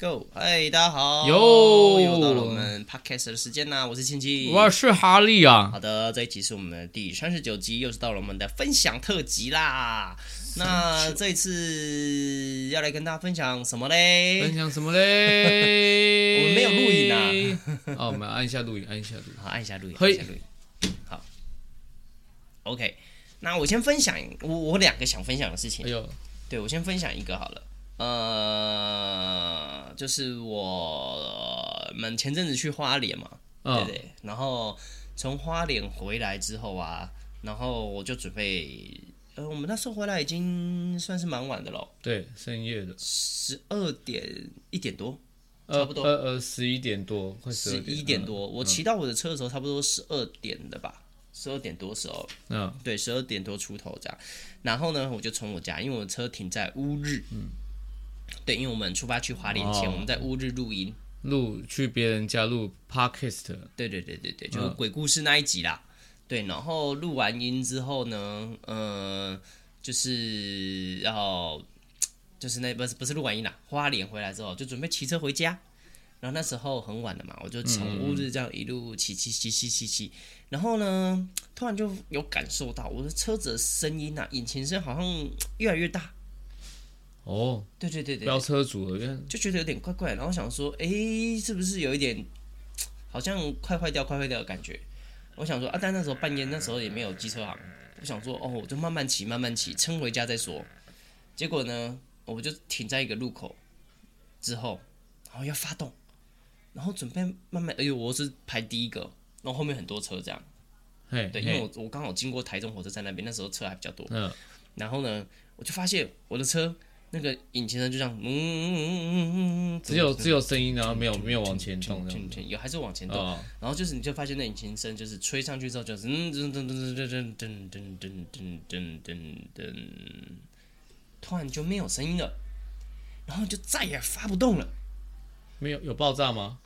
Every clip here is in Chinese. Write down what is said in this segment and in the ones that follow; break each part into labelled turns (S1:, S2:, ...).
S1: Go！嗨，大家好，
S2: 哟
S1: 又到了我们 Podcast 的时间啦，我是千七。
S2: 我是哈利啊，
S1: 好的，这一集是我们的第三十九集，又是到了我们的分享特辑啦。那这一次要来跟大家分享什么
S2: 分
S1: 嘞？
S2: 享什么嘞？
S1: 哎我们没有录
S2: 影啊。 哦，我们按一下录影，按一下录影。
S1: 好，按一下录影，按
S2: 嘿
S1: 一下录影。好，OK。那我先分享，我我两个想分享的事情
S2: 哎。呦，
S1: 对，我先分享一个好了。呃，就是我们前阵子去花莲嘛，对
S2: 嗯
S1: 不，对？然后从花莲回来之后啊，然后我就准备，呃，我们那时候回来已经算是蛮晚的了，
S2: 对，深夜的，
S1: 十二点一点多，
S2: 呃
S1: 差不多
S2: 呃呃，十一点多，快
S1: 十
S2: 12
S1: 一点嗯
S2: 了。
S1: 多，我骑到我的车的时候差不多十二点的吧，十二点多的时候，
S2: 嗯，
S1: 对，十二点多出头这样。然后呢，我就从我家，因为我车停在乌日，嗯，对，因为我们出发去花莲前，
S2: 哦
S1: 我们在乌日录音，
S2: 录去别人家录 podcast，
S1: 对对对对对，就是鬼故事那一集啦。对，然后录完音之后呢，呃，就是要就是那不是不是录完音啦，花莲回来之后就准备骑车回家。然后那时候很晚了嘛，我就从乌日这样一路骑骑骑骑骑骑，然后呢，突然就有感受到我的车子的声音啊，引擎声好像越来越大。
S2: 哦，
S1: 对对对对，
S2: 飙车主了，因为
S1: 就觉得有点怪怪，然后想说，诶，是不是有一点好像快坏掉、快坏掉的感觉？我想说啊，但那时候半夜，那时候也没有机车行，我想说，哦，我就慢慢骑，慢慢骑，撑回家再说。结果呢，我就停在一个路口之后，然后要发动，然后准备慢慢，哎呦，我是排第一个，然后后面很多车这样，
S2: 嘿，
S1: 对，因为我我刚好经过台中火车站那边，那时候车还比较多，
S2: 嗯，
S1: 然后呢，我就发现我的车那个引擎声就这样，嗯嗯嗯嗯嗯嗯，
S2: 只有只有声音，然后没有没有往前动这样
S1: 前前有还是往前动，
S2: 啊，
S1: 然后就是你就发现那引擎声就是吹上去之后就是嗯噔噔噔噔噔噔噔噔噔噔噔噔，突然就没有声音了，然后就再也发不动了，
S2: 没有有爆炸吗？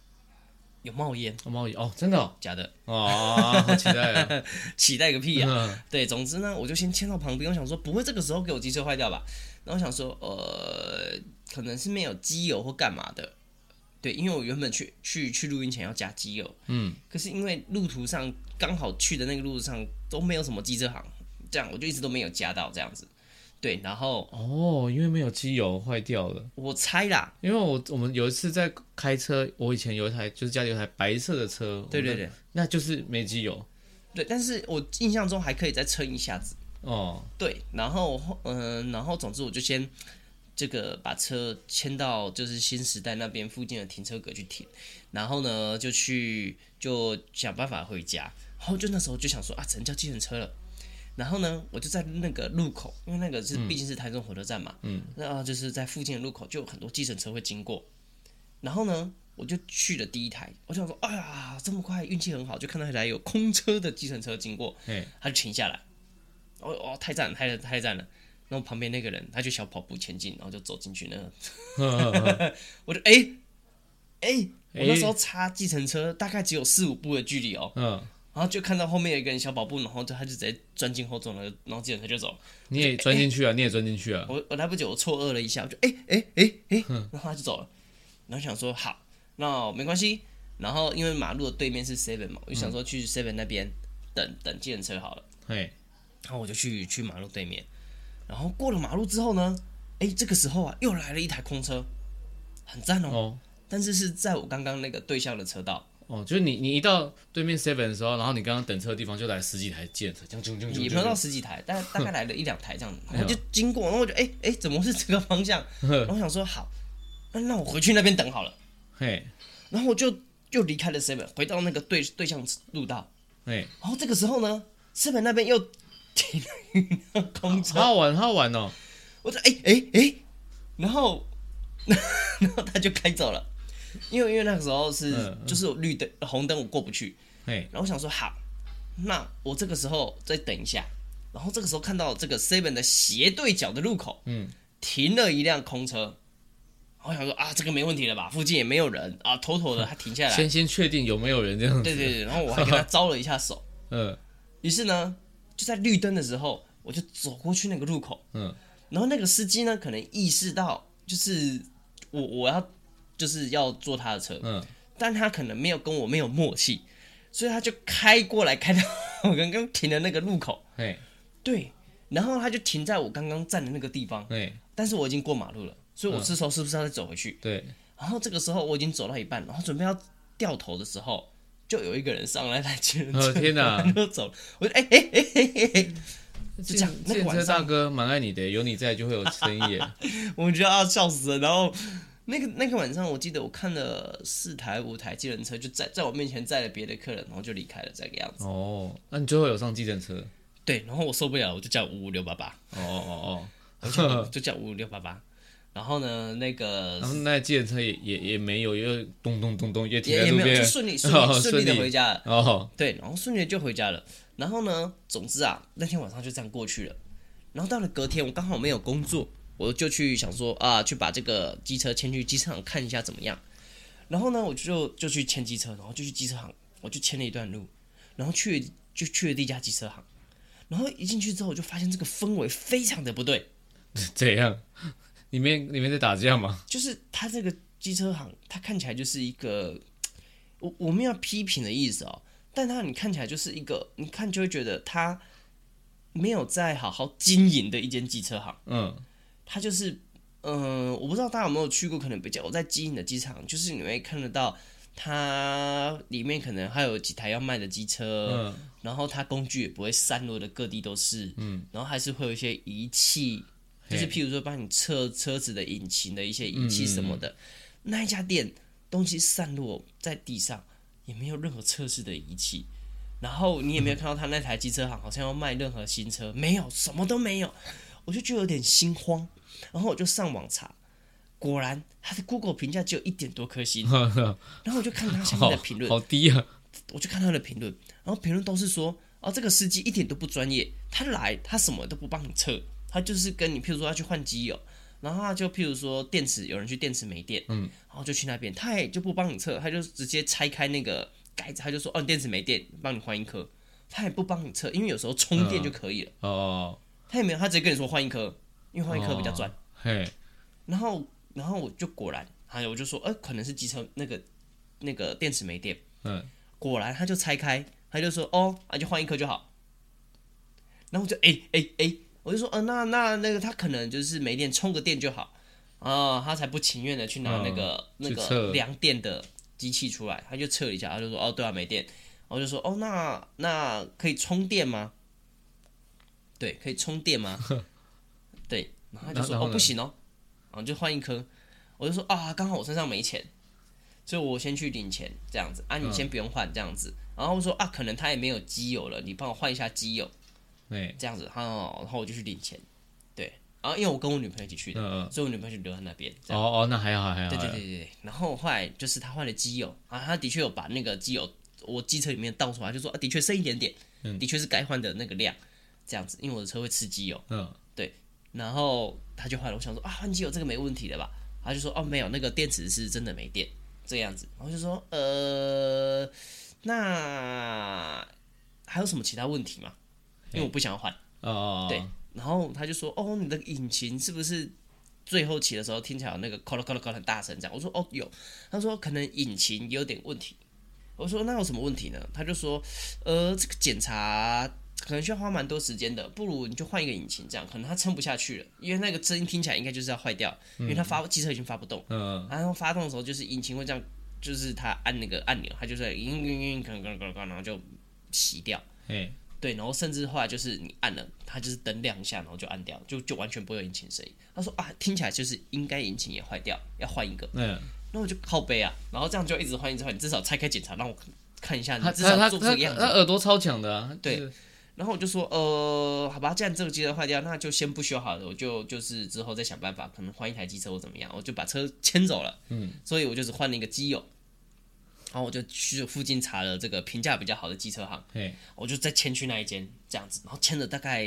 S1: 有冒烟，
S2: 哦，猫眼哦，真的哦
S1: 假的，
S2: 啊，好期待啊！
S1: 期待个屁哎啊呀、
S2: 嗯
S1: 对，总之呢，我就先牵到旁边，我想说不会这个时候给我机车坏掉吧？然后想说呃，可能是没有机油或干嘛的，对，因为我原本去去去录音前要加机油，
S2: 嗯，
S1: 可是因为路途上刚好去的那个路上都没有什么机车行，这样我就一直都没有加到这样子，对，然后
S2: 哦，因为没有机油坏掉了。
S1: 我猜啦，
S2: 因为我我们有一次在开车，我以前有一台就是家里有一台白色的车，
S1: 对对
S2: 我们
S1: 对，
S2: 那就是没机油
S1: 对，但是我印象中还可以再撑一下子。
S2: 哦，
S1: 对，然后嗯、然后总之我就先这个把车牵到就是新时代那边附近的停车格去停，然后呢就去就想办法回家，然后就那时候就想说啊，只能叫计程车了。然后呢，我就在那个路口，因为那个是毕竟是台中火车站嘛，嗯，然后就是在附近的路口就有很多计程车会经过。然后呢，我就去了第一台，我就想说，哎呀，这么快，运气很好，就看到一台有空车的计程车经过，
S2: 嘿，
S1: 他就停下来，哦哦，太赞了，太太赞了。然后旁边那个人他就小跑步前进，然后就走进去那个，我就哎哎、我那时候擦计程车大概只有四五步的距离哦，
S2: 嗯，
S1: 然后就看到后面有一个人小跑步，然后就他就直接钻进后座，然后然后计程车就走。
S2: 你也钻进去啊，你也钻进去啊，
S1: 我我来不及，我错愕了一下，我就哎哎哎哎，然后他就走了。然后想说好，那没关系。然后因为马路的对面是 Seven 嘛，我就想说去 Seven 那边等等计程车好了。
S2: 嘿，
S1: 然后我就去去马路对面，然后过了马路之后呢，哎，这个时候啊，又来了一台空车，很赞哦，
S2: 哦
S1: 但是是在我刚刚那个对向的车道，
S2: 哦，就是你你一到对面 seven 的时候，然后你刚刚等车的地方就来十几台建车，这样冲冲冲，
S1: 也没有到十几台，但大概来了一两台这样，然后
S2: 哎
S1: 就
S2: 呦
S1: 经过，然后我就哎哎，怎么是这个方向？然后我想说好，那那我回去那边等好了，
S2: 嘿，
S1: 然后我就就离开了 seven，回到那个对对向路道，
S2: 嘿，
S1: 然后这个时候呢，seven 那边又停了一辆空车
S2: 好，好玩，好好玩哦，
S1: 我说哎哎哎，然后 然后他就开走了，因为因为那个时候是、
S2: 嗯嗯
S1: 就是有绿灯红灯我过不去，
S2: 嘿，
S1: 然后我想说好，那我这个时候再等一下，然后这个时候看到这个 seven 的斜对角的路口
S2: 嗯，
S1: 停了一辆空车，我想说啊这个没问题了吧，附近也没有人啊，妥妥的他停下来，
S2: 先先确定有没有人这样子，
S1: 对对对，然后我还跟他招了一下手，
S2: 嗯
S1: 于是呢就在绿灯的时候我就走过去那个路口。
S2: 嗯，
S1: 然后那个司机呢，可能意识到就是我我要就是要坐他的车，
S2: 嗯，
S1: 但他可能没有跟我没有默契，所以他就开过来，开到我刚刚停的那个路口，
S2: 嘿，
S1: 对，然后他就停在我刚刚站的那个地方，
S2: 嘿，
S1: 但是我已经过马路了，所以我这时候是不是要再走回去？
S2: 对，
S1: 然后这个时候我已经走到一半，然后准备要掉头的时候，就有一个人上来来接人
S2: 哦
S1: 车，
S2: 天哪
S1: 然后就走了，我就哎哎哎哎哎哎，
S2: 就
S1: 这样那个晚
S2: 车
S1: 上
S2: 大哥蛮爱你的，有你在就会有生意 耶。
S1: 我觉得啊笑死了。然后那个那个晚上，我记得我看了四台五台计程车，就在在我面前载了别的客人，然后就离开了这个样子。
S2: 哦，那你最后有上计程车？
S1: 对，然后我受不了，我就叫五五六八八，
S2: 哦哦
S1: 我 就就叫五五六八八。然后呢，那个
S2: 哦，然后那计程车也也也没有，又咚咚咚咚，也停
S1: 也
S2: 在
S1: 也
S2: 路
S1: 没有，
S2: 边
S1: 就，顺利顺利
S2: 哦
S1: 顺利的
S2: 顺利
S1: 回家了。
S2: 哦，
S1: 对，然后顺利地就回家了。然后呢，总之啊，那天晚上就这样过去了。然后到了隔天，我刚好没有工作，我就去想说啊，去把这个机车牵去机车行看一下怎么样。然后呢，我就就去牵机车，然后就去机车行，我就牵了一段路，然后去就去了第一家机车行。然后一进去之后，我就发现这个氛围非常的不对，
S2: 怎样？里面里面在打架吗？
S1: 就是它这个机车行，它看起来就是一个，我我没有批评的意思哦，但它你看起来就是一个，你看就会觉得它没有在好好经营的一间机车行，
S2: 嗯，
S1: 它就是，嗯、我不知道大家有没有去过，可能比较我在经营的机场，就是你会看得到。它里面可能还有几台要卖的机车，
S2: 嗯
S1: 然后它工具也不会散落的各地都是，嗯，然后还是会有一些仪器，就是譬如说帮你测车子的引擎的一些仪器什么的。那一家店东西散落在地上，也没有任何测试的仪器，然后你也没有看到他那台机车行好像要卖任何新车，没有，什么都没有，我就觉得有点心慌，然后我就上网查。果然，他的 Google 评价只有一点多颗星，然后我就看他下面
S2: 好
S1: 的评论，
S2: 好低啊，
S1: 我就看他的评论，然后评论都是说，哦，这个司机一点都不专业，他来他什么都不帮你测，他就是跟你，譬如说他去换机油，然后他就譬如说电池，有人去电池没电，嗯，然后就去那边，他也就不帮你测，他就直接拆开那个盖子，他就说，哦，你电池没电，帮你换一颗，他也不帮你测，因为有时候充电就可以了，
S2: 哦，
S1: 他也没有，他直接跟你说换一颗，因为换一颗比较赚，
S2: 哦，嘿，
S1: 然后然后我就果然，还有我就说，呃，可能是机车那个那个电池没电。
S2: 嗯，
S1: 果然他就拆开，他就说哦，那、就换一颗就好。然后我就哎哎哎，我就说呃那那那个他可能就是没电，充个电就好啊、他才不情愿的去拿那个、
S2: 嗯
S1: 那
S2: 去
S1: 个
S2: 测
S1: 量电的机器出来，他就测了一下，他就说哦对啊没电，我就说哦那那可以充电吗？对，可以充电 吗？对，然后他就说
S2: 然后
S1: 哦
S2: 呢
S1: 不行哦，然后就换一颗，我就说啊刚好我身上没钱。所以我先去领钱这样子啊，
S2: 嗯
S1: 你先不用换这样子。然后我说啊，可能他也没有机油了，你帮我换一下机油
S2: 嘿，
S1: 这样子。哦，然后我就去领钱，对。然后因为我跟我女朋友一起去的，
S2: 嗯嗯，
S1: 所以我女朋友就留在那边。这样
S2: 哦哦，那还好还好，
S1: 对对
S2: 还好
S1: 对对对。然后后来就是他换了机油啊，他的确有把那个机油我机车里面倒出来，就说啊，的确剩一点点，的确是该换的那个量这样子，因为我的车会吃机油。
S2: 嗯，
S1: 然后他就换了，我想说啊，换机油这个没问题的吧？他就说哦，没有，那个电池是真的没电，这样子。然后就说呃，那还有什么其他问题吗？因为我不想要换。
S2: 哦哦，
S1: 对，然后他就说哦，你的引擎是不是最后骑的时候听起来有那个咔啦咔啦咔啦很大声这样？我说哦有，他说可能引擎有点问题。我说那有什么问题呢？他就说呃，这个检查可能需要花蛮多时间的，不如你就换一个引擎，这样可能它撑不下去了，因为那个声音听起来应该就是要坏掉，因为它发机车已经发不动，
S2: 嗯，
S1: 然后发动的时候就是引擎会这样，就是它按那个按钮，它就是在嘤嘤嘤，可能可能可能，然后就熄掉。
S2: 嘿，
S1: 对，然后甚至后来就是你按了，它就是灯亮一下，然后就按掉，就就完全不会有引擎声音。他说啊，听起来就是应该引擎也坏掉，要换一个。
S2: 嗯，
S1: 那我就靠背啊，然后这样就一直换，一直换，你至少拆开检查，让我看一下，你
S2: 他
S1: 至
S2: 他
S1: 少
S2: 他
S1: 做
S2: 他
S1: 这个样
S2: 他
S1: 子。
S2: 耳朵超强的啊，
S1: 对
S2: 就是，
S1: 然后我就说，呃，好吧，既然这个机车坏掉，那就先不修好了，我就就是之后再想办法，可能换一台机车或怎么样，我就把车牵走了。嗯，所以我就只换了一个机油，然后我就去附近查了这个评价比较好的机车行。
S2: 嘿，
S1: 我就再牵去那一间这样子，然后牵了大概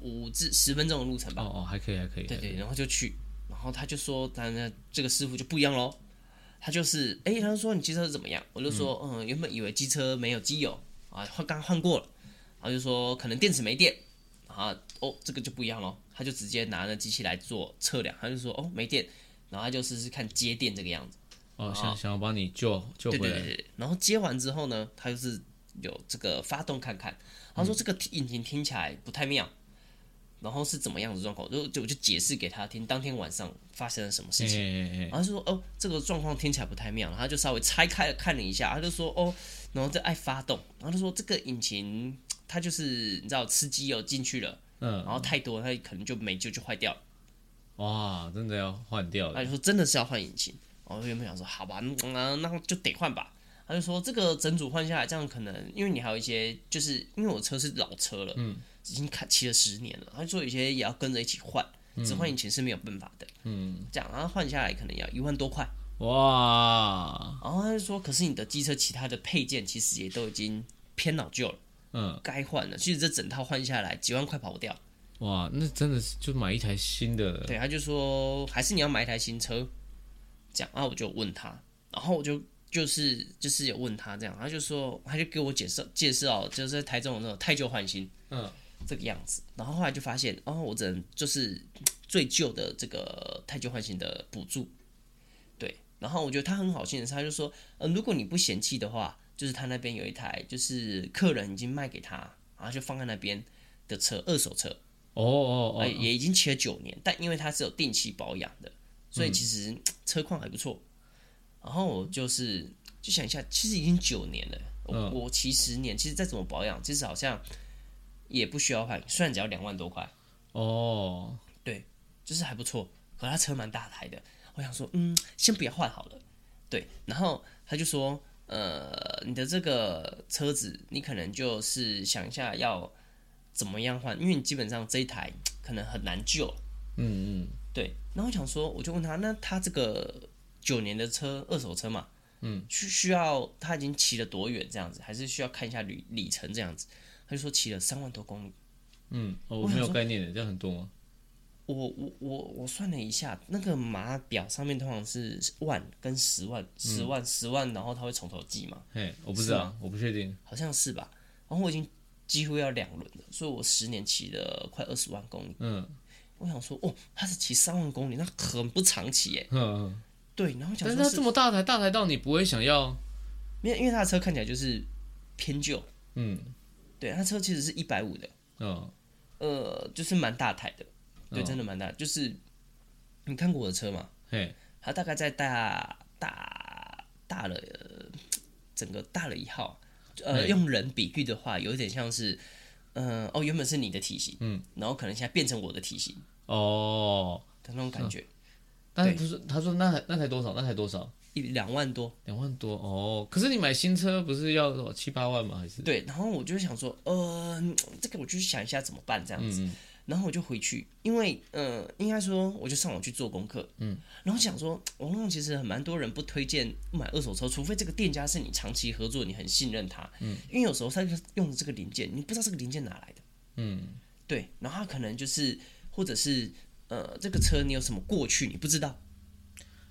S1: 五至十分钟的路程吧。
S2: 哦哦，还可以还可以，
S1: 对对，然后就去，然后他就说，当然这个师傅就不一样喽，他就是，哎、他就说你机车怎么样？我就说，嗯，原本以为机车没有机油啊，换刚换过了，然后就说可能电池没电啊，哦，这个就不一样喽，他就直接拿着机器来做测量，他就说哦没电，然后他就试试看接电这个样子，
S2: 哦，想想要帮你救救
S1: 对
S2: 回
S1: 对
S2: 来，
S1: 对对。然后接完之后呢，他就是有这个发动看看，他说这个引擎听起来不太妙，然后是怎么样的状况？就就我就解释给他听，当天晚上发生了什么事
S2: 哎
S1: 情。
S2: 哎哎，
S1: 然后他就说哦，这个状况听起来不太妙，然后他就稍微拆开了看了一下，他就说哦，然后这爱发动，然后他说这个引擎它就是你知道吃机油进去了，
S2: 嗯，
S1: 然后太多它可能就没救就坏掉了，
S2: 哇，真的要换掉
S1: 他
S2: 了，
S1: 就说真的是要换引擎，然后我原本想说好吧，那、那那就得换吧，他就说这个整组换下来这样可能因为你还有一些就是因为我车是老车了，嗯，已经开骑了十年了，他就说有些也要跟着一起换，只换引擎是没有办法的，嗯，这样然后换下来可能要一万多块。
S2: 哇，
S1: 然后他就说，可是你的机车其他的配件其实也都已经偏老旧了，
S2: 嗯，
S1: 该换了。其实这整套换下来几万块跑不掉。
S2: 哇，那真的是就买一台新的了，
S1: 对，他就说还是你要买一台新车，这样。然啊后我就问他，然后我就就是就是有问他这样，他就说他就给我介绍介绍，就是在台中有那种太旧换新
S2: 嗯，
S1: 哦这个样子。然后后来就发现，哦，我只能就是最旧的这个太旧换新的补助，对。然后我觉得他很好心的是，他就说，嗯、如果你不嫌弃的话，就是他那边有一台，就是客人已经卖给他，然后就放在那边的车，二手车，
S2: 哦哦
S1: 哎，
S2: 哦，
S1: 也已经骑了九年，但因为它是有定期保养的，所以其实嗯车况还不错。然后我就是就想一下，其实已经九年了，我、
S2: 嗯
S1: 我骑十年，其实再怎么保养，其实好像也不需要换，虽然只要两万多块，
S2: 哦，
S1: 就是还不错。可他车蛮大台的，我想说，嗯，先不要换好了。对，然后他就说，呃，你的这个车子，你可能就是想一下要怎么样换，因为你基本上这一台可能很难救，
S2: 嗯嗯，
S1: 对，然后我想说，我就问他，那他这个九年的车，二手车嘛，嗯，需需要他已经骑了多远这样子，还是需要看一下里里程这样子？他就说骑了三万多公里。
S2: 嗯，哦，
S1: 我
S2: 我
S1: 想
S2: 没有
S1: 说
S2: 概念的，这样很多吗？
S1: 我我我我算了一下，那个码表上面通常是万跟十万、十万、十万，然后他会从头记嘛，
S2: 嘿，我不知
S1: 是啊
S2: 道，我不确定。
S1: 好像是吧？然后我已经几乎要两轮了，所以我十年骑了快二十万公里。
S2: 嗯
S1: 我想说，哦，他是骑三万公里，那很不长骑耶。
S2: 嗯，嗯
S1: 对，然后我想哎
S2: 但是
S1: 说
S2: 它
S1: 是
S2: 这么大台，大台到你不会想要，
S1: 因为因为他的车看起来就是偏旧，
S2: 嗯
S1: 对，他车其实是一百五的，
S2: 嗯，
S1: 呃，就是蛮大台的，对，真的蛮大，就是你看过我的车嘛，
S2: 嘿，
S1: 它大概在大大大了、呃整个大了一号，呃，
S2: 嗯
S1: 用人比喻的话，有点像是，呃，哦，原本是你的体型，嗯，然后可能现在变成我的体型
S2: 哦，
S1: 的那种感觉，
S2: 但是他说他说那台那台多少？那台多少？
S1: 一两万多，
S2: 两万多哦。可是你买新车不是要多少七八万吗？还是
S1: 对，然后我就想说，呃，这个我就想一下怎么办这样子，然后我就回去，因为呃，应该说我就上网去做功课，嗯，然后想说网络上其实很蛮多人不推荐买二手车，除非这个店家是你长期合作，你很信任他，嗯，因为有时候他用的这个零件，你不知道这个零件哪来的，嗯，对，然后他可能就是或者是呃，这个车你有什么过去你不知道，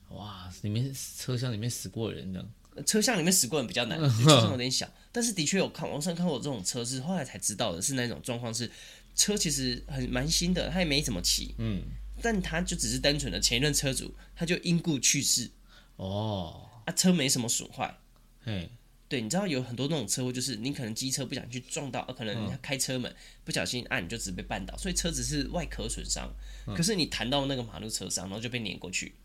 S2: 哇，里面车厢里面死过人这样。
S1: 车厢里面死过人比较难，
S2: 嗯
S1: 就像有点小。但是的确有看网上看过这种车，是后来才知道的，是那种状况是车其实很蛮新的，他也没怎么骑，
S2: 嗯，
S1: 但他就只是单纯的前一任车主他就因故去世，
S2: 哦，
S1: 啊车没什么损坏。
S2: 嘿，
S1: 对，你知道有很多那种车祸，就是你可能机车不小心去撞到，啊可
S2: 嗯
S1: 能他开车门、不小心按、你就直接被绊倒，所以车子是外壳损伤，
S2: 嗯
S1: 可是你弹到那个马路车上，然后就被碾过去。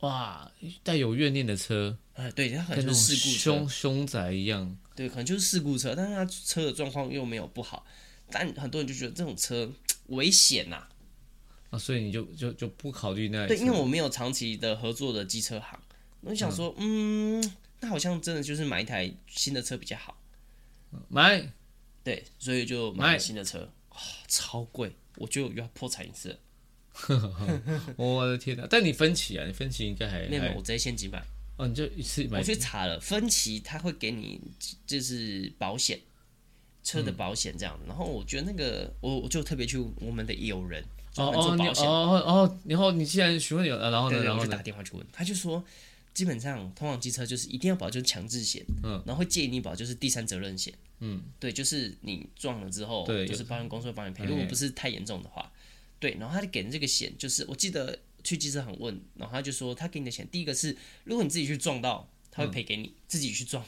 S2: 哇，带有怨念的车，
S1: 啊，对，它可能
S2: 跟
S1: 就
S2: 那种
S1: 是事故车。
S2: 凶凶宅一样。
S1: 对，可能就是事故车，但是他车的状况又没有不好，但很多人就觉得这种车危险呐、
S2: 啊，所以你就就就不考虑那台
S1: 对，
S2: 车
S1: 因为我没有长期的合作的机车行，我就想说，嗯那好像真的就是买一台新的车比较好。
S2: 买
S1: 对，所以就买
S2: 买
S1: 了新的车，哇超贵，我觉得我又要破产一次了。
S2: 我的天哪！但你分期啊，你分期应该还
S1: 那个
S2: 还
S1: 我直接现金买，
S2: 哦，你就一次
S1: 我
S2: 哎买
S1: 去查了，分期他会给你就是保险，车
S2: 嗯
S1: 的保险这样。然后我觉得那个我我就特别去我们的友人
S2: 哦
S1: 专门
S2: 哦
S1: 做
S2: 你
S1: 保
S2: 哦
S1: 险的
S2: 哦哦，然后你既然询问有，啊然后呢，
S1: 对对，
S2: 然
S1: 我
S2: 后
S1: 就
S2: 呢
S1: 打，电话去问，他就说，基本上通往机车就是一定要保就是强制险，
S2: 嗯，
S1: 然后会建议你保就是第三责任险，嗯，对，就是你撞了之后，
S2: 对
S1: 就
S2: 有
S1: 是保险公司会帮你赔，
S2: 嗯
S1: 如果不是太严重的话，对，然后他就给的这个险就是我记得去机车行问，然后他就说他给你的钱，第一个是如果你自己去撞到，他
S2: 嗯
S1: 会赔给你、自己去撞，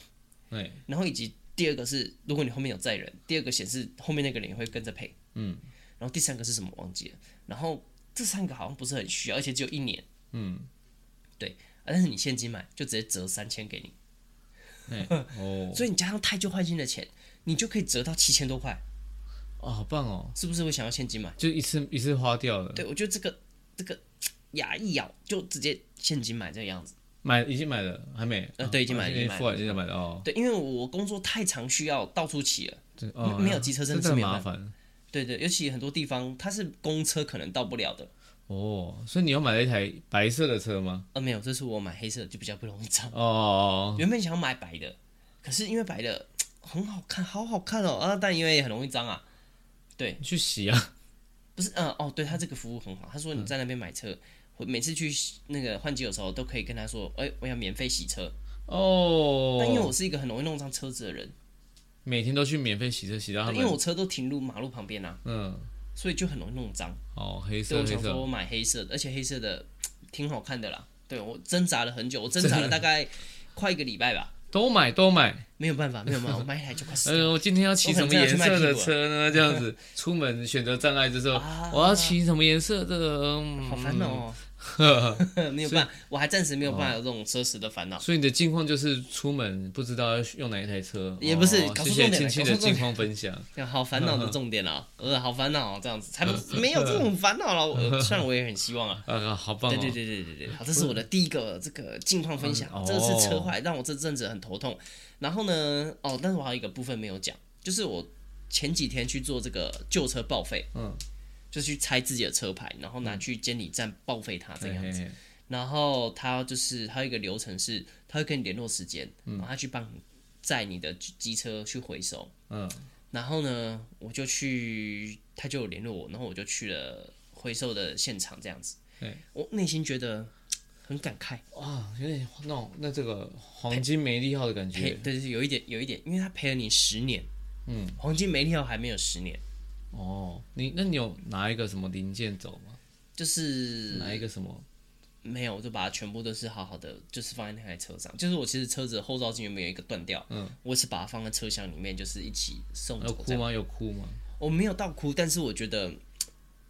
S2: 哎，
S1: 然后以及第二个是如果你后面有载人，第二个显示后面那个人也会跟着赔，
S2: 嗯，
S1: 然后第三个是什么忘记了，然后这三个好像不是很需要，而且只有一年，
S2: 嗯，
S1: 对，啊但是你现金买就直接折三千给你，
S2: 哎，哦，
S1: 所以你加上太旧换新的钱，你就可以折到七千多块，
S2: 哦，好棒哦，
S1: 是不是会想要现金买？
S2: 就一次一次花掉了，
S1: 对，我觉得这个这个牙一咬就直接现金买这个样子。
S2: 买已经买了，还没？啊
S1: 呃对已经买了
S2: 已经
S1: 已经买
S2: 付
S1: 了
S2: 了，已经买了哦，
S1: 对，因为我工作太常需要到处骑了，
S2: 对，哦，
S1: 没没有机车真的是
S2: 这很
S1: 没有
S2: 麻
S1: 办
S2: 烦
S1: 对对，尤其很多地方它是公车可能到不了的。
S2: 哦，所以你又买了一台白色的车吗？
S1: 呃，没有，这是我买黑色的就比较不容易找。
S2: 哦哦，哦
S1: 原本想要买白的，可是因为白的很好看，好好看哦啊，但因为也很容易脏啊。
S2: 你去洗啊，
S1: 不是，嗯、哦，对他这个服务很好。他说你在那边买车，我每次去洗那个换机的时候都可以跟他说，哎、我要免费洗车。但因为
S2: 哦，
S1: 我是一个很容易弄脏车子的人，
S2: 每天都去免费洗车，洗到他
S1: 因为
S2: 们，
S1: 我车都停入马路旁边啊，
S2: 嗯，
S1: 所以就很容易弄脏。
S2: 哦，黑
S1: 所以我
S2: 色黑
S1: 想
S2: 色
S1: 说，我买黑色的，而且黑色的挺好看的啦。对我挣扎了很久，我挣扎了大概快一个礼拜吧，
S2: 都买都买，
S1: 没有办法，没有办法，我买一台就快死 了。
S2: 嗯，我今天要骑什么颜色的
S1: 啊
S2: 车呢？这样子，出门选择障碍的时候，我要骑什么颜色的？嗯
S1: 好烦恼哦，没有办法，我还暂时没有办法有这种奢侈的烦恼。
S2: 所以你的近况就是出门不知道要用哪一台车，
S1: 也不是
S2: 哦
S1: 搞
S2: 谢
S1: 错
S2: 谢
S1: 重点
S2: 亲
S1: 了搞
S2: 戚的
S1: 错重
S2: 近况分享。
S1: 好烦恼的重点啊，呃，好烦恼哦，这样子才没有这种烦恼了。我虽然我也很希望啊，
S2: 啊，好棒
S1: 对
S2: 哦！
S1: 对对对对对，好，这是我的第一个这个近况分享
S2: 嗯哦，
S1: 这个是车坏让我这阵子很头痛。然后呢，哦，但是我还有一个部分没有讲，就是我前几天去做这个旧车报废，
S2: 嗯，
S1: 就去拆自己的车牌，然后拿去监理站报废它啊这
S2: 嘿
S1: 样
S2: 嘿
S1: 子。
S2: 嘿
S1: 然后他就是还有一个流程是，他会跟你联络时间，然后他去帮你载你的机车去回收。
S2: 嗯，
S1: 然后呢，我就去，他就有联络我，然后我就去了回收的现场，这样子
S2: 对。
S1: 我内心觉得很感慨，
S2: 哇，有点那种那这个黄金梅利号的感
S1: 陪
S2: 觉
S1: 对对，有一点有一点，因为他陪了你十年，嗯，黄金梅利奥还没有十年，
S2: 哦。你那你有拿一个什么零件走吗？
S1: 就是
S2: 拿一个什么？
S1: 没有，我就把它全部都是好好的，就是放在那台车上。就是我其实车子的后照镜原本有一个断掉，嗯，我是把它放在车厢里面，就是一起送
S2: 有
S1: 哦走这
S2: 哭
S1: 样。
S2: 吗？有哭吗？
S1: 我没有到哭，但是我觉得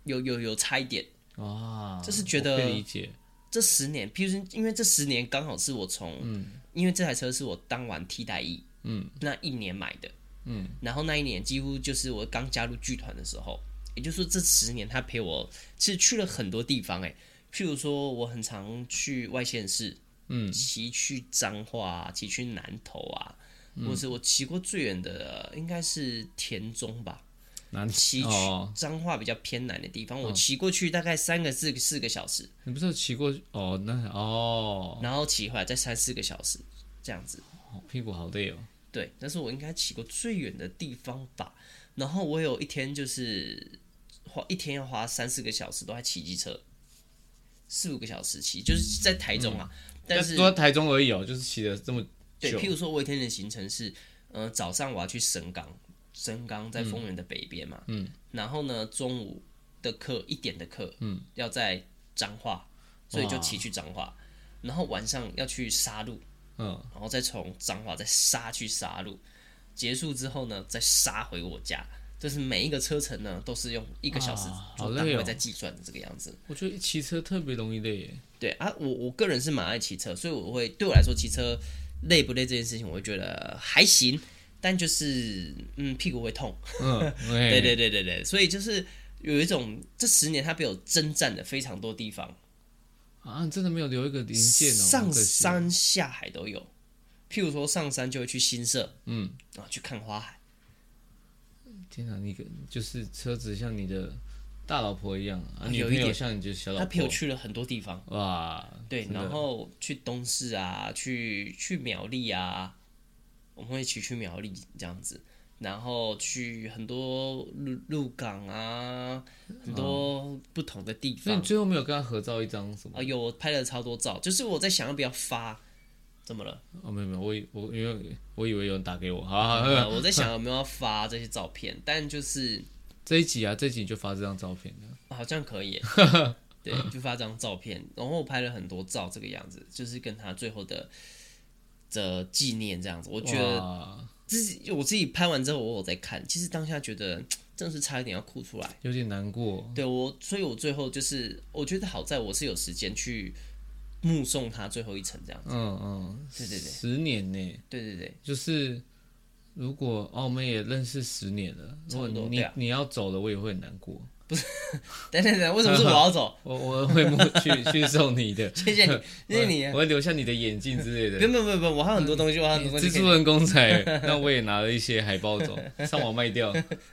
S1: 有有有差一点。
S2: 啊，
S1: 哦就是觉得
S2: 我可以理解，
S1: 这十年，譬如说因为这十年刚好是我从，因为这台车是我当完替代役，嗯，那一年买的，嗯，然后那一年几乎就是我刚加入剧团的时候，也就是说这十年他陪我，其实去了很多地方、欸，譬如说我很常去外县市，嗯，骑去彰化啊，骑去南投啊，或是我骑过最远的呃应该是田中吧，
S2: 难
S1: 骑去
S2: 哦，
S1: 彰化比较偏南的地方，我骑过去大概三个四个四个小时。
S2: 你不是有骑过哦？那哦，
S1: 然后骑回来再三四个小时这样子。
S2: 哦屁股好累哦。
S1: 对，但是我应该骑过最远的地方吧。然后我有一天就是花一天要花三四个小时都在骑机车，四五个小时骑，就是在台中啊。但是
S2: 说台中而已哦，就是骑了这么
S1: 对，
S2: 久
S1: 譬如说我有一天的行程是，呃，早上我要去神冈，神冈在丰原的北边嘛，嗯，然后呢，中午的课一点的课，嗯，要在彰化，所以就骑去彰化，然后晚上要去沙鹿，
S2: 嗯，
S1: 然后再从彰化再杀去沙鹿，结束之后呢，再杀回我家。就是每一个车程呢，都是用一个小时
S2: 啊好
S1: 做
S2: 累
S1: 单位
S2: 哦
S1: 在计算的这个样子。
S2: 我觉得骑车特别容易累耶。
S1: 对啊，我我个人是蛮爱骑车，所以我会对我来说骑车累不累这件事情，我会觉得还行，但就是嗯屁股会痛。
S2: 嗯，
S1: 对
S2: 对
S1: 对对对对，所以就是有一种这十年他被我征战的非常多地方，
S2: 啊，真的没有留一个零件哦，好
S1: 上
S2: 可惜
S1: 山下海都有。譬如说上山就会去新
S2: 哦
S1: 社，嗯，啊去看花海，
S2: 天哪，你个就是车子像你的大老婆一样啊，
S1: 啊
S2: 女
S1: 有
S2: 朋
S1: 一
S2: 友
S1: 点
S2: 像你的小老
S1: 他陪我
S2: 婆。
S1: 去了很多地方。
S2: 哇，
S1: 对，
S2: 真的
S1: 然后去东市啊，去去苗栗啊，我们会一起去苗栗这样子，然后去很多鹿鹿港啊，很多不同的地
S2: 所以
S1: 方
S2: 你。最后没有跟他合照一张什么？
S1: 啊啊，有我拍了超多照，就是我在想要不要发，怎么了？
S2: 哦，没有没有，我以我因为我以为有人打给我，好好，好
S1: 呃我在想有没有要发这些照片，但就是
S2: 这一集啊，这一集你就发这张照片
S1: 好像可以耶，对，就发张照片，然后我拍了很多照，这个样子就是跟他最后的的纪念这样子。我觉得
S2: 哇，
S1: 自己我自己拍完之后，我有在看，其实当下觉得真的是差一点要哭出来。
S2: 有点难过。
S1: 对我，所以我最后就是我觉得好在我是有时间去目送他最后一程这样子。
S2: 嗯嗯，
S1: 对对对
S2: 十年呢，
S1: 对对对，
S2: 就是如果哦，我们也认识十年了，如果
S1: 差不多
S2: 你
S1: 对啊
S2: 你要走了，我也会很难过，
S1: 等等等，为什么是我要走？
S2: 我我会默 去去送你的，
S1: 谢谢你，谢谢你。
S2: 我会留下你的眼镜之类
S1: 不
S2: 的。
S1: 不不不，我还有很多东西，我还有很多东西
S2: 蜘
S1: 可
S2: 蛛
S1: 以。
S2: 人公仔，那我也拿了一些海报走，上网卖掉。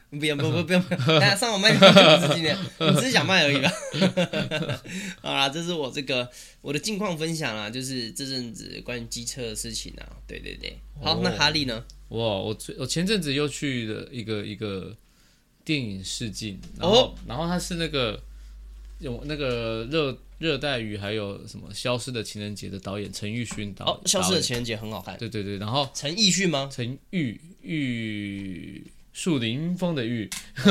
S1: 不要不不不要， 大家上网卖你不是今 天，你只是想卖而已吧？好啦， 这是我这个我的近况分享啦，就是这阵子关于机车的事情啊。对对对，好，那哈利呢？
S2: 哇，我最我前阵子又去了一个一个电影试镜，然后、
S1: 哦
S2: 然后它是那个有那个热热带雨还有什么消失的情人节的导演陈奕迅导
S1: 哦，消失的
S2: 导
S1: 情人节很好看
S2: 演，，对对对，然后
S1: 陈奕迅吗？
S2: 陈玉玉树林风的玉，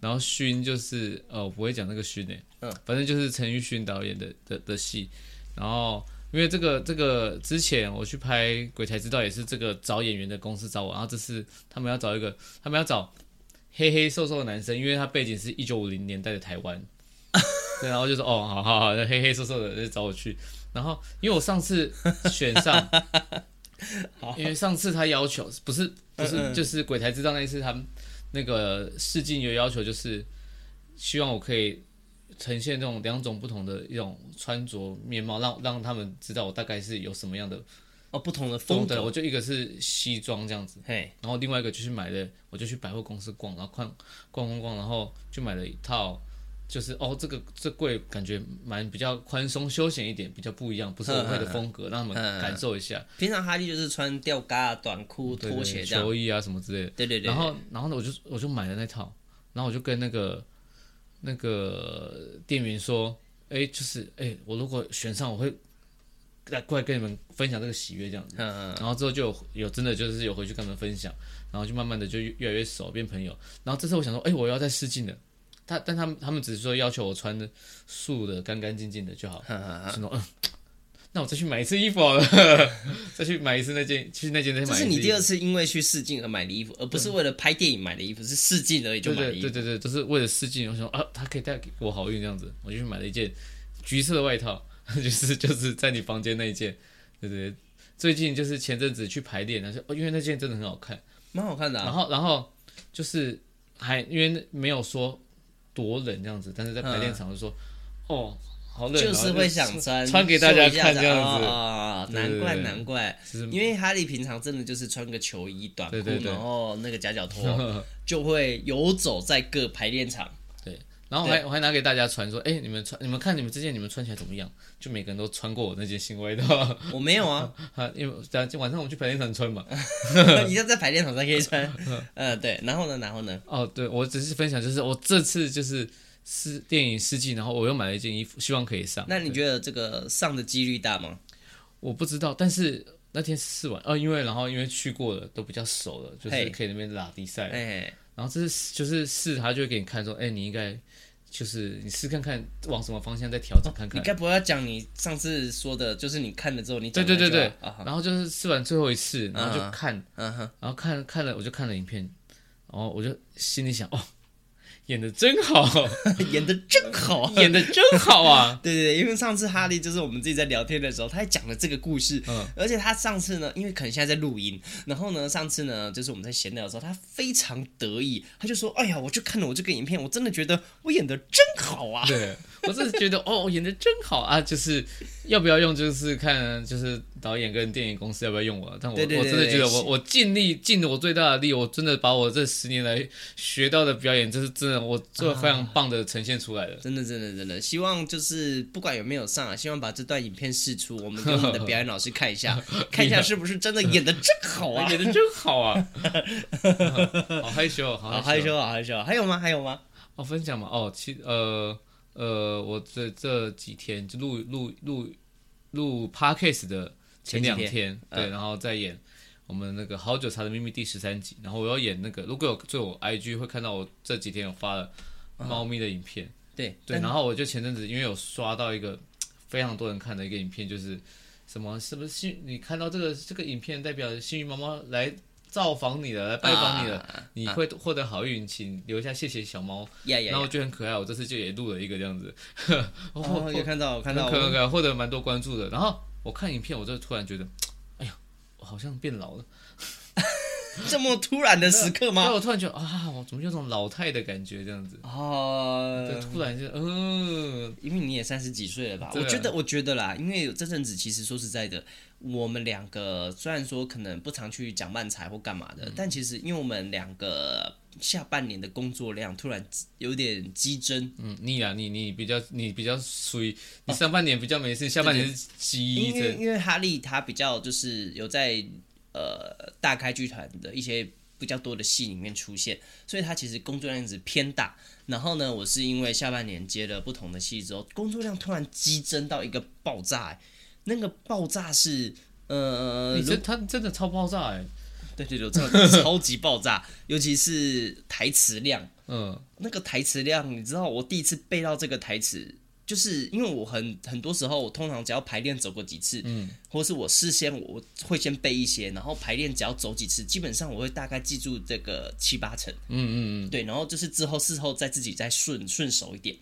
S2: 然后勋就是呃，我不会讲那个勋诶、
S1: 嗯，
S2: 反正就是陈玉勋导演的的的戏。然后因为这个这个之前我去拍《鬼才知道》也是这个找演员的公司找我，然后这次他们要找一个，他们要找黑黑瘦瘦的男生，因为他背景是一九五零年代的台湾。对，然后就说哦，好好好，那黑黑瘦瘦的就找我去。然后因为我上次选上，因为上次他要求不是不是、
S1: 嗯嗯
S2: 就是鬼才知道那一次他们那个试镜有要求，就是希望我可以呈现这种两种不同的一种穿着面貌，让让他们知道我大概是有什么样的
S1: 哦，不同的
S2: 风
S1: 风
S2: 格。
S1: 格，
S2: 我就一个是西装这样子，
S1: 嘿，
S2: 然后另外一个就是买了，我就去百货公司逛，然后逛逛逛逛，然后就买了一套，就是哦，这个这柜感觉蛮比较宽松休闲一点，比较不一样，不是我会的风
S1: 嗯
S2: 格，让他们感受一下。
S1: 平常哈利就是穿吊嘎、短裤、
S2: 对
S1: 拖嗯鞋
S2: 对
S1: 这样。
S2: 球衣啊什么之类的。
S1: 对对对，
S2: 然后然后呢，我就我就买了那套，然后我就跟那个那个店员说，哎，就是哎，我如果选上，我会来过来跟你们分享这个喜悦这样子。
S1: 嗯，
S2: 然后之后就有有真的就是有回去跟他们分享，然后就慢慢的就越来越熟，变朋友。然后这次我想说，哎、我要再试镜了。他但他们他们只是说要求我穿的素的干干净净的就好，是那种嗯，那我再去买一次衣服好了， 再去买一次那件，去那件再买一
S1: 这
S2: 次衣服。
S1: 是你第二次因为去试镜而买的衣服，而不是为了拍电影买的衣服，是试镜而已就
S2: 对
S1: 买的
S2: 对
S1: 衣服
S2: 对。对对，就是为了试镜，我想说啊，他可以带给我好运这样子，我就去买了一件橘色的外套， 就是就是在你房间那一件，对对对。最近就是前阵子去排练，他说哦，因为那件真的很好看。
S1: 蛮好看的、
S2: 然
S1: 啊。
S2: 后然后就是还因为没有说多冷这样子，但是在排练场就说、哦好冷哦，
S1: 嗯就是会 想穿
S2: 穿给大家
S1: 秀一下
S2: 看这样子
S1: 啊、哦难怪
S2: 对对对
S1: 难怪，
S2: 就是
S1: 因为哈利平常真的就是穿个球衣、短裤，
S2: 对对对
S1: 然后那个夹脚 拖，就会游走在各排练场。
S2: 对。然后我还我还拿给大家穿说，哎、你们穿你们看你们这件你们穿起来怎么样？就每个人都穿过我那件新外套，
S1: 我没有啊，
S2: 啊因为等下晚上我们去排练场穿嘛。
S1: 一定要在排练场才可以 穿。呃，对，然后呢，然后呢，
S2: 哦，对，我只是分享，就是我这次就是试电影试镜，然后我又买了一件衣服，希望可以上。
S1: 那你觉得这个上的几率大吗？
S2: 我不知道，但是那天试完，哦，因为然后因为去过了，都比较熟了，就是
S1: 嘿
S2: 可以那边拉比赛。
S1: 哎，
S2: 然后这是就是试，他就会给你看说，哎、你应该就是你试看看往什么方向再调整看
S1: 哦你
S2: 看。
S1: 该不会要讲你上次说的，就是你看了之后你
S2: 对
S1: 讲
S2: 对对
S1: 那句
S2: 对
S1: 话，啊，
S2: 然后就是试完最后一次，然后就
S1: 嗯
S2: 看，
S1: 嗯哼，
S2: 然后看看了我就看了影片，然后我就心里想，哦，演的真 好，
S1: 演的真好啊，
S2: 演的真好啊！
S1: 对对对，因为上次哈利就是我们自己在聊天的时候，他还讲了这个故事，
S2: 嗯
S1: 而且他上次呢，因为可能现在在录音，然后呢，上次呢，就是我们在闲聊的时候，他非常得意，他就说：“哎呀，我去看了我这个影片，我真的觉得我演的真好 啊。
S2: 对，我真的觉得哦，演的真好啊！就是要不要用，就是看就是导演跟电影公司要不要用我。但我
S1: 对对对
S2: 我真的觉得我
S1: 是
S2: 我尽力尽了我最大的力，我真的把我这十年来学到的表演，就是真的我做得非
S1: 啊
S2: 常棒的呈现出来了。”
S1: 真的，真的，真的，希望就是不管有没有上啊，希望把这段影片试出，我们给我们的表演老师看一 下，看一下是不是真的演的真好
S2: 哇
S1: 啊！
S2: 演的真好啊！ 好害羞，
S1: 好
S2: 好
S1: 害羞，好害羞，还有吗？还有吗？
S2: 哦，分享嘛，哦，其呃呃，我这这几天就录录录录 podcast 的前两
S1: 前几嗯
S2: 对，然后再演我们那个《好久茶的秘密》第十三集，
S1: 哦
S2: 然后我要演那个，如果有追我 IG 会看到我这几天有发了猫咪的影片，
S1: 对
S2: 对，然后我就前阵子因为有刷到一个非常多人看的一个影片，就是什么是不是幸你看到这个这个影片代表幸运妈妈来造访你了，来拜访你了，
S1: 啊
S2: 你会获得好运，请留下谢谢小猫。
S1: 呀呀
S2: 然后
S1: 呀！
S2: 就很可爱，我这次就也录了一个这样子，我
S1: 哦，有看到，有看到，哦
S2: 很可
S1: 我
S2: 爱，获得蛮多关注的。然后我看影片，我就突然觉得，哎呀，我好像变老了。
S1: 这么突然的时刻
S2: 然
S1: 吗？
S2: 后我突然觉得啊，我怎么有种老态的感觉这样子？就
S1: 哦，
S2: 突然就嗯，
S1: 因为你也三十几岁了吧？
S2: 对
S1: 我
S2: 啊
S1: 觉得，我觉得啦，因为这阵子其实说实在的，我们两个虽然说可能不常去讲漫才或干嘛的，但其实因为我们两个下半年的工作量突然有点激增，
S2: 嗯，你啊，你你比较你比较属于你上半年比较没事，下半年是记忆
S1: 哦因为
S2: 症。
S1: 因为哈利他比较就是有在呃大开剧团的一些比较多的戏里面出现，所以他其实工作量一直偏大。然后呢，我是因为下半年接了不同的戏之后，工作量突然激增到一个爆炸、欸那个爆炸是呃，
S2: 你这他真的超爆炸哎、
S1: 对对对，真的超级爆炸，尤其是台词量，
S2: 嗯，
S1: 那个台词量，你知道我第一次背到这个台词，就是因为我很很多时候，我通常只要排练走过几次，嗯，或是我事先我会先背一些，然后排练只要走几次，基本上我会大概记住这个七八成，嗯嗯嗯，对，然后就是之后事后再自己再顺顺手一点。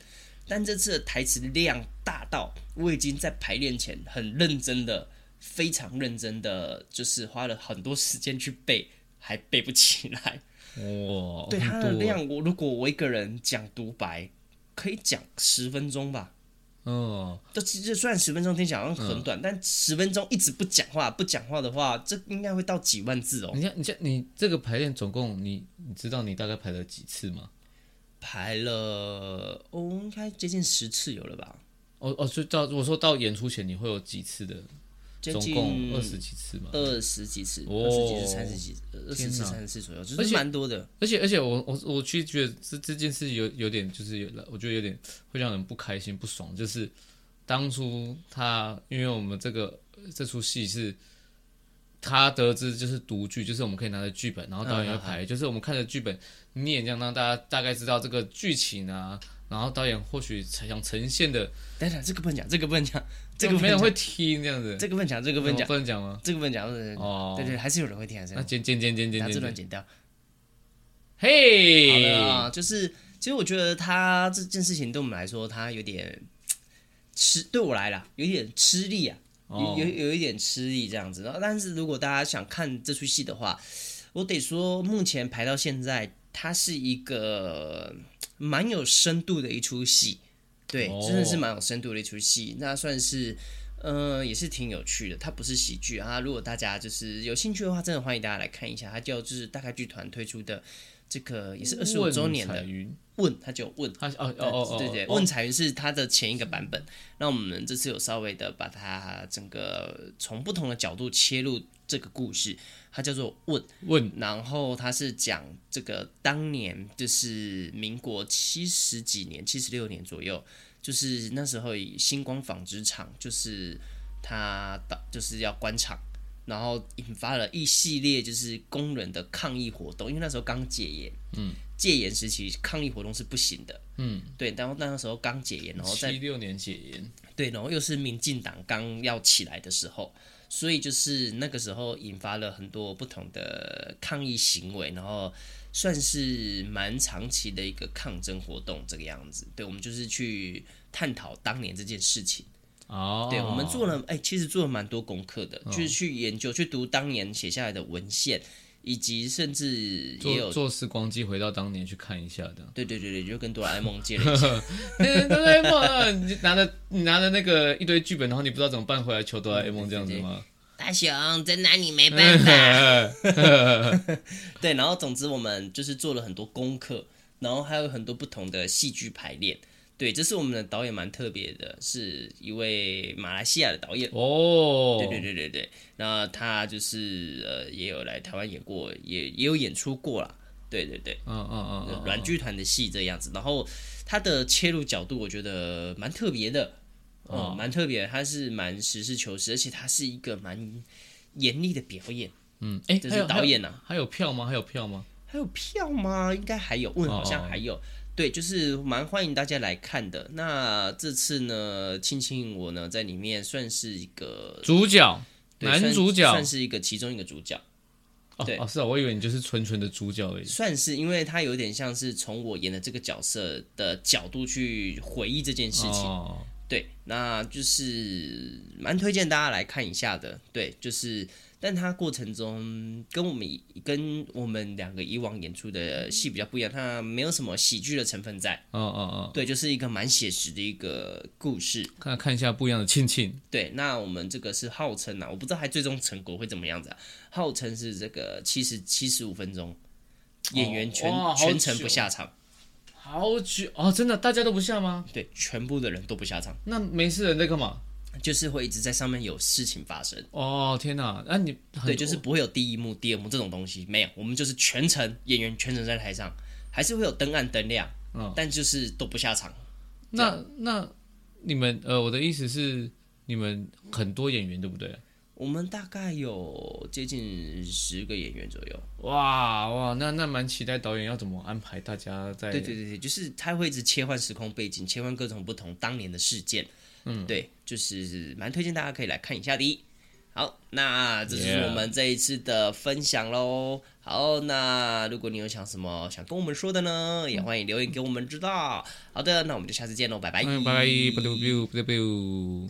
S1: 但这次的台词量大到，我已经在排练前很认真的、非常认真的，就是花了很多时间去背，还背不起来。
S2: 嗯哇，
S1: 对它
S2: 很
S1: 的
S2: 哦多
S1: 量，我如果我一个人讲独白，可以讲十分钟吧。
S2: 嗯，
S1: 这其实虽然十分钟听起来好像很短，但十分钟一直不讲话，不讲话的话，这应该会到几万字哦。
S2: 你看，你这你这个排练总共你你知道你大概排了几次吗？
S1: 排了哦，应该接近十次有了吧？
S2: 哦哦，所以到我说到演出前你会有几次的，
S1: 接
S2: 总
S1: 近
S2: 共二十几次嘛。
S1: 二十几次，
S2: 哦
S1: 二十几次、三十几次、二
S2: 天
S1: 十次、
S2: 哪
S1: 三十次左右，就
S2: 而
S1: 是
S2: 且
S1: 蛮多的。
S2: 而且而且我我我去觉得这这件事有有点就是有我觉得有点会让人不开心不爽，就是当初他因为我们这个这出戏是。他得知就是读剧，就是我们可以拿着剧本，然后导演会
S1: 嗯
S2: 排，就是我们看着剧本念，这样让大家大概知道这个剧情啊，然后导演或许想呈现的，
S1: 等等，这个不能讲，这个不能讲，这个不
S2: 没
S1: 能
S2: 人
S1: 讲，
S2: 会听这样子，
S1: 这个不能讲，这个不能讲，
S2: 不能讲吗？
S1: 这个不能讲，这个不能讲
S2: 哦，
S1: 对对，还是有人会听，还是有
S2: 那
S1: 人
S2: 剪剪剪剪
S1: 会听
S2: 剪
S1: 拿这
S2: 剪，
S1: 段剪掉。好
S2: 嘿，
S1: 了啊，就是其实我觉得他这件事情对我们来说，他有点吃，对我来啦，有点吃力啊，有
S2: 哦
S1: 有有一点吃力这样子。然后，但是如果大家想看这出戏的话，我得说，目前排到现在，它是一个呃蛮有深度的一出戏，对，
S2: 哦
S1: 真的是蛮有深度的一出戏。那算是。嗯、也是挺有趣的。它不是喜剧啊，如果大家就是有兴趣的话，真的欢迎大家来看一下。它叫就是大概剧团推出的这个也是二十五周年
S2: 问
S1: 的
S2: 彩云，
S1: 问，它就问
S2: 他哦哦哦哦，
S1: 呃对对对，
S2: 哦
S1: 问彩云是它的前一个版本，那我们这次有稍微的把它整个从不同的角度切入这个故事，它叫做问，
S2: 问
S1: 然后它是讲这个当年就是民国七十几年、七十六年左右，就是那时候以星光纺织厂就是它的就是要关厂。然后引发了一系列就是工人的抗议活动，因为那时候刚解严，嗯，戒严时期抗议活动是不行的，嗯，对，然后那时候刚解严，然后再
S2: 七六年解严，
S1: 对，然后又是民进党刚要起来的时候，所以就是那个时候引发了很多不同的抗议行为，然后算是蛮长期的一个抗争活动这个样子。对，我们就是去探讨当年这件事情。
S2: 哦，
S1: 对，我们做了，哎、其实做了蛮多功课的，就是去研究、去读当年写下来的文献，以及甚至也
S2: 坐
S1: 有。。
S2: 坐时光机回到当年去看一下的
S1: 对对对对，就跟哆啦 A 梦借了一下，
S2: 嗯哆啦 A 梦啊，你就拿着你拿着那个一堆剧本，然后你不知道怎么办，回来求哆啦 A 梦这样子吗？
S1: 大雄真拿你没办法。对，然后总之我们就是做了很多功课，然后还有很多不同的戏剧排练。对，这是我们的导演蛮特别的，是一位马来西亚的导演。
S2: 哦，
S1: 对对对对对，那他就是呃也有来台湾演过，也也有演出过啦。对对对，
S2: 嗯，嗯嗯嗯，
S1: 呃软剧团的戏这样子，然后他的切入角度我觉得蛮特别的，哦、蛮特别的，他是蛮实事求是，而且他是一个蛮严厉的表演，
S2: 嗯，哎，
S1: 这
S2: 还
S1: 是
S2: 有
S1: 导演啊。
S2: 还有还有票吗？还有票吗？
S1: 还有票吗？应该还有，问嗯
S2: 哦
S1: 好像还有。对，就是蛮欢迎大家来看的。那这次呢，庆庆我呢在里面算是一个
S2: 主角，
S1: 对
S2: 男
S1: 算
S2: 主角
S1: 算是一个其中一个主角，
S2: 哦
S1: 对
S2: 哦是啊，我以为你就是纯纯的主角而已。
S1: 算是因为他有点像是从我演的这个角色的角度去回忆这件事情。
S2: 哦，
S1: 对，那就是蛮推荐大家来看一下的。对，就是，但它过程中跟我们以跟我们两个以往演出的戏比较不一样，它没有什么喜剧的成分在。
S2: 哦哦
S1: 对，就是一个蛮写实的一个故事
S2: 哦。，看看一下不一样的庆庆，
S1: 对，那我们这个是号称啊，我不知道还最终成果会怎么样子、啊，号称是这个七十七十五分钟，演员全、
S2: 哦哇好
S1: 全程
S2: 久
S1: 不下场，
S2: 好久哦，真的大家都不下吗？
S1: 对，全部的人都不下场，
S2: 那没事人在干嘛？
S1: 就是会一直在上面有事情发生。
S2: 哦天哪，那、你很
S1: 对，就是不会有第一幕、第二幕这种东西，没有，我们就是全程演员全程在台上，还是会有灯暗灯亮，
S2: 嗯
S1: 但就是都不下场。
S2: 那那你们呃，我的意思是你们很多演员对不对？
S1: 我们大概有接近十个演员左右。
S2: 哇哇，那那蛮期待导演要怎么安排大家在
S1: 对对对对，就是他会一直切换时空背景，切换各种不同当年的事件。嗯，对，就是蛮推荐大家可以来看一下的。好，那这就是
S2: Yeah
S1: 我们这一次的分享喽。好，那如果你有想什么想跟我们说的呢，也
S2: 哎
S1: 欢迎留言给我们知道。好的，那我们就下次见喽，拜拜，
S2: 嗯，拜拜，不溜不溜不溜不溜。